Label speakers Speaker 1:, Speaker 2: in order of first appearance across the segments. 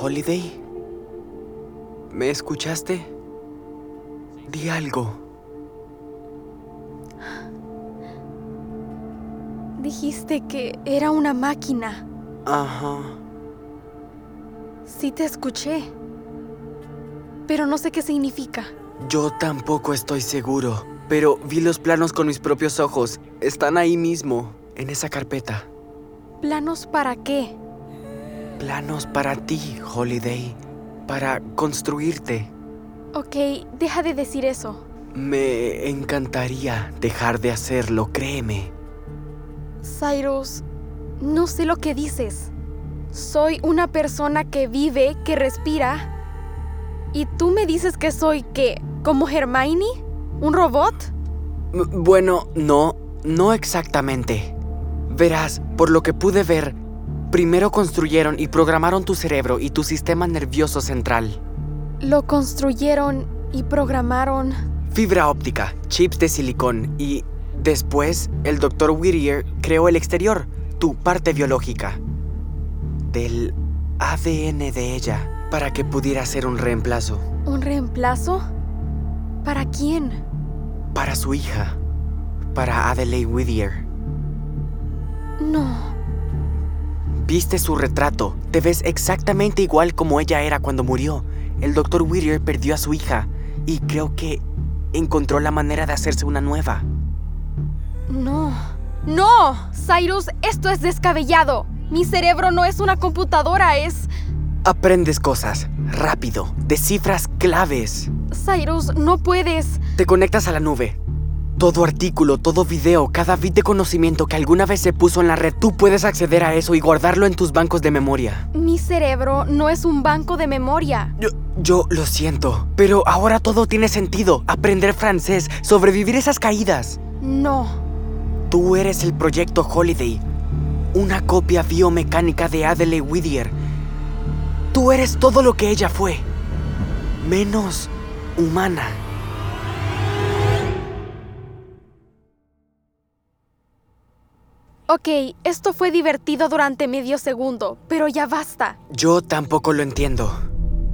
Speaker 1: Holiday, ¿me escuchaste? Di algo.
Speaker 2: Dijiste que era una máquina.
Speaker 1: Ajá.
Speaker 2: Sí te escuché. Pero no sé qué significa.
Speaker 1: Yo tampoco estoy seguro, pero vi los planos con mis propios ojos. Están ahí mismo, en esa carpeta.
Speaker 2: ¿Planos para qué?
Speaker 1: Planos para ti, Holiday. Para construirte.
Speaker 2: Ok, deja de decir eso.
Speaker 1: Me encantaría dejar de hacerlo, créeme.
Speaker 2: Cyrus, no sé lo que dices. Soy una persona que vive, que respira. ¿Y tú me dices que soy qué? ¿Como Hermione? ¿Un robot?
Speaker 1: M- Bueno, no, no exactamente. Verás, por lo que pude ver, primero construyeron y programaron tu cerebro y tu sistema nervioso central.
Speaker 2: Lo construyeron y programaron.
Speaker 1: Fibra óptica, chips de silicón y después el Dr. Whittier creó el exterior, tu parte biológica, del ADN de ella, para que pudiera ser un reemplazo
Speaker 2: ¿Un reemplazo? ¿Para quién?
Speaker 1: para su hija, para Adelaide Whittier.
Speaker 2: No.
Speaker 1: Viste su retrato, te ves exactamente igual como ella era cuando murió. El Dr. Whittier perdió a su hija y creo que encontró la manera de hacerse una nueva.
Speaker 2: No. No, Cyrus, esto es descabellado. Mi cerebro no es una computadora, es...
Speaker 1: Aprendes cosas, rápido, descifras claves.
Speaker 2: Cyrus, no puedes.
Speaker 1: Te conectas a la nube. Todo artículo, todo video, cada bit de conocimiento que alguna vez se puso en la red, tú puedes acceder a eso y guardarlo en tus bancos de memoria.
Speaker 2: Mi cerebro no es un banco de memoria.
Speaker 1: Yo, yo lo siento, pero ahora todo tiene sentido. Aprender francés, sobrevivir esas caídas.
Speaker 2: No.
Speaker 1: Tú eres el proyecto Holiday, una copia biomecánica de Adelaide Whittier. Tú eres todo lo que ella fue, menos humana.
Speaker 2: Ok, esto fue divertido durante medio segundo, pero ya basta.
Speaker 1: Yo tampoco lo entiendo.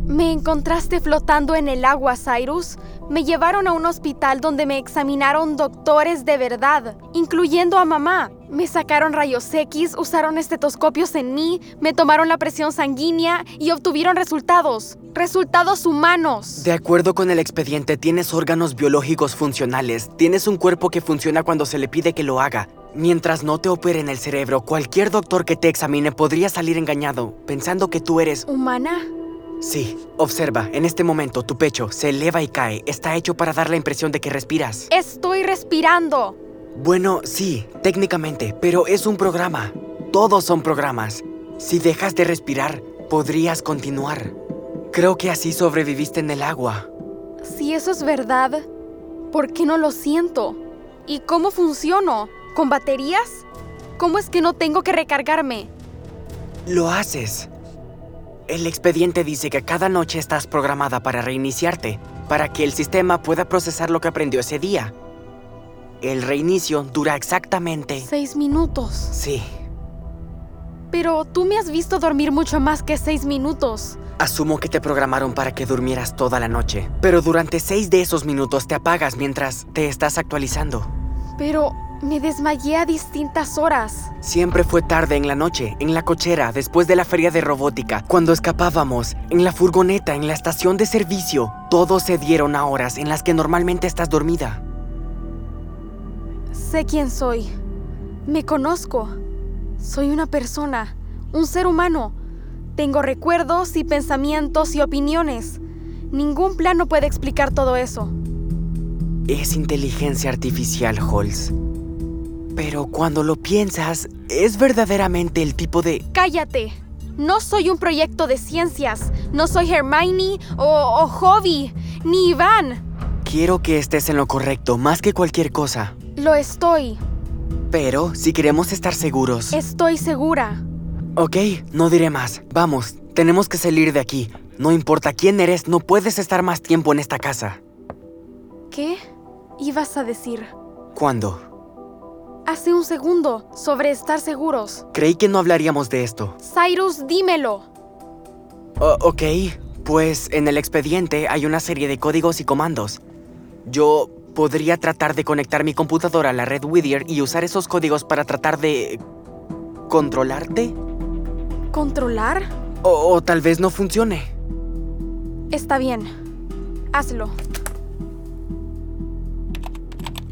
Speaker 2: Me encontraste flotando en el agua, Cyrus. Me llevaron a un hospital donde me examinaron doctores de verdad, incluyendo a mamá. Me sacaron rayos X, usaron estetoscopios en mí, me tomaron la presión sanguínea y obtuvieron resultados. Resultados humanos.
Speaker 1: De acuerdo con el expediente, tienes órganos biológicos funcionales, tienes un cuerpo que funciona cuando se le pide que lo haga. Mientras no te operen el cerebro, cualquier doctor que te examine podría salir engañado, pensando que tú eres...
Speaker 2: ¿Humana?
Speaker 1: Sí, observa, en este momento tu pecho se eleva y cae, está hecho para dar la impresión de que respiras.
Speaker 2: Estoy respirando.
Speaker 1: Bueno, sí, técnicamente, pero es un programa. Todos son programas. Si dejas de respirar, podrías continuar. Creo que así sobreviviste en el agua.
Speaker 2: Si eso es verdad, ¿por qué no lo siento? ¿Y cómo funciono? ¿Con baterías? ¿Cómo es que no tengo que recargarme?
Speaker 1: Lo haces. El expediente dice que cada noche estás programada para reiniciarte, para que el sistema pueda procesar lo que aprendió ese día. El reinicio dura exactamente...
Speaker 2: Seis minutos.
Speaker 1: Sí,
Speaker 2: Pero tú me has visto dormir mucho más que seis minutos.
Speaker 1: Asumo que te programaron para que durmieras toda la noche, pero durante seis de esos minutos te apagas mientras te estás actualizando.
Speaker 2: Pero me desmayé a distintas horas.
Speaker 1: Siempre fue tarde en la noche, en la cochera, después de la feria de robótica, cuando escapábamos, en la furgoneta, en la estación de servicio. Todos se dieron a horas en las que normalmente estás dormida.
Speaker 2: Sé quién soy. Me conozco. Soy una persona, un ser humano. Tengo recuerdos y pensamientos y opiniones. Ningún plano puede explicar todo eso.
Speaker 1: Es inteligencia artificial, Holz. Pero cuando lo piensas, es verdaderamente el tipo de...
Speaker 2: Cállate. No soy un proyecto de ciencias. No soy Hermione o, o Hobby, ni Iván.
Speaker 1: Quiero que estés en lo correcto más que cualquier cosa.
Speaker 2: Lo estoy.
Speaker 1: Pero si queremos estar seguros...
Speaker 2: Estoy segura.
Speaker 1: Ok, no diré más. Vamos, tenemos que salir de aquí. No importa quién eres, no puedes estar más tiempo en esta casa.
Speaker 2: ¿Qué ibas a decir?
Speaker 1: ¿Cuándo?
Speaker 2: Hace un segundo sobre estar seguros.
Speaker 1: Creí que no hablaríamos de esto.
Speaker 2: Cyrus, dímelo.
Speaker 1: O- ok, pues en el expediente hay una serie de códigos y comandos. Yo podría tratar de conectar mi computadora a la red Whittier y usar esos códigos para tratar de... controlarte.
Speaker 2: ¿Controlar?
Speaker 1: O, o tal vez no funcione.
Speaker 2: Está bien. Hazlo.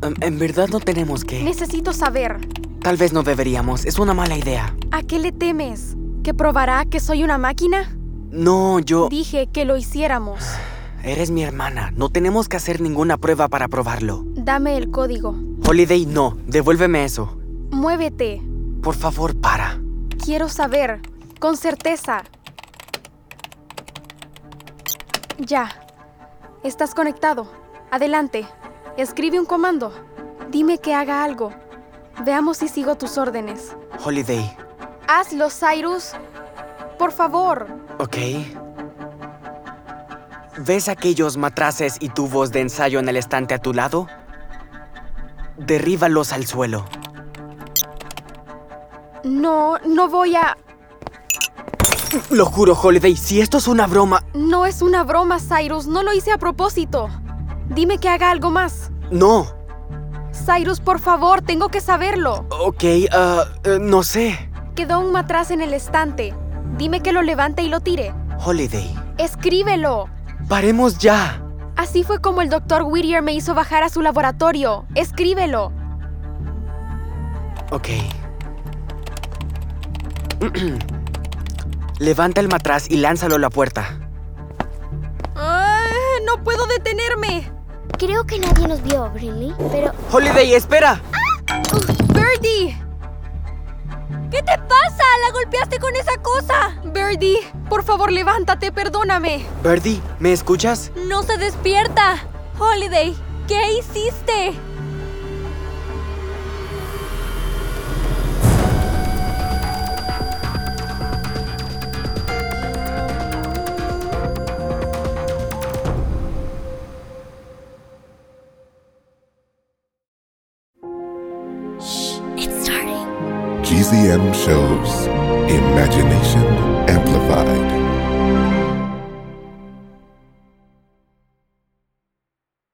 Speaker 1: Em, en verdad no tenemos que...
Speaker 2: Necesito saber.
Speaker 1: Tal vez no deberíamos, es una mala idea.
Speaker 2: ¿A qué le temes? ¿Que probará que soy una máquina?
Speaker 1: No, yo...
Speaker 2: Dije que lo hiciéramos.
Speaker 1: Eres mi hermana, no tenemos que hacer ninguna prueba para probarlo.
Speaker 2: Dame el código.
Speaker 1: Holiday, no, devuélveme eso.
Speaker 2: Muévete.
Speaker 1: Por favor, para.
Speaker 2: Quiero saber. Con certeza. Ya. Estás conectado. Adelante. Escribe un comando. Dime que haga algo. Veamos si sigo tus órdenes.
Speaker 1: Holiday,
Speaker 2: Hazlo, Cyrus. Por favor.
Speaker 1: ¿ok? ¿Ves aquellos matraces y tubos de ensayo en el estante a tu lado? Derríbalos al suelo.
Speaker 2: No, no voy a...
Speaker 1: Lo juro, Holiday, si esto es una broma...
Speaker 2: No es una broma, Cyrus. No lo hice a propósito. Dime que haga algo más.
Speaker 1: No,
Speaker 2: Cyrus, por favor, tengo que saberlo.
Speaker 1: ok, ah, eh, no sé.
Speaker 2: Quedó un matraz en el estante. Dime que lo levante y lo tire.
Speaker 1: Holiday,
Speaker 2: Escríbelo.
Speaker 1: paremos ya.
Speaker 2: Así fue como el doctor Whittier me hizo bajar a su laboratorio. Escríbelo.
Speaker 1: Ok. Levanta el matraz y lánzalo a la puerta.
Speaker 2: ¡Ah! no puedo detenerme.
Speaker 3: Creo que nadie nos vio, Brinley, pero
Speaker 1: Holiday, espera.
Speaker 2: Birdie. ¿Qué te pasa? La golpeaste con esa cosa. Birdie, por favor, levántate, perdóname.
Speaker 1: Birdie, ¿me escuchas?
Speaker 2: No se despierta. Holiday, ¿qué hiciste?
Speaker 3: it's starting.
Speaker 4: GZM shows Imagination